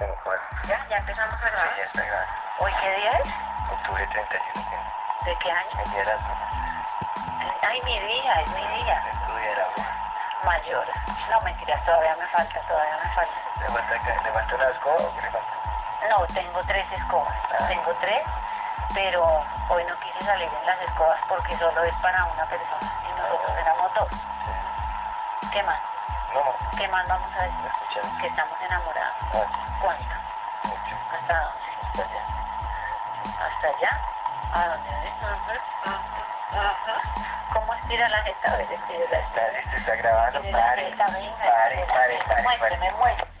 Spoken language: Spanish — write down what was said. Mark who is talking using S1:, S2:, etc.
S1: ¿Ya? ¿Ya empezamos a grabar?
S2: Sí, ya está grabando.
S1: ¿Hoy qué día es?
S2: Octubre 31, ¿sí?
S1: ¿De qué año?
S2: el día de las mamás,
S1: Ay, mi día, es mi día.
S2: es tu día del amor.
S1: Mayor. No, mentiras, todavía me falta, todavía me falta.
S2: ¿Le falta, que- ¿Le falta una escoba o qué le falta?
S1: No, tengo tres escobas. Tengo tres, pero hoy no quise salir en las escobas porque solo es para una persona y nosotros éramos dos. ¿Qué más?
S2: No, no,
S1: ¿Qué más vamos a
S2: no Ah,
S1: decir?
S2: escuché.
S1: Que estamos enamorados.
S2: No,
S1: ¿Cuánto?
S2: mucho.
S1: ¿Hasta dónde? Hasta allá. ¿Hasta allá? ¿A dónde? Ujú, ujú, ujú. ¿Cómo estira la gente? A ver, estira la
S2: Está, esto está grabando,
S1: Pare,
S2: pare, pare, pare, pare.
S1: Muéstrame, muéstrame.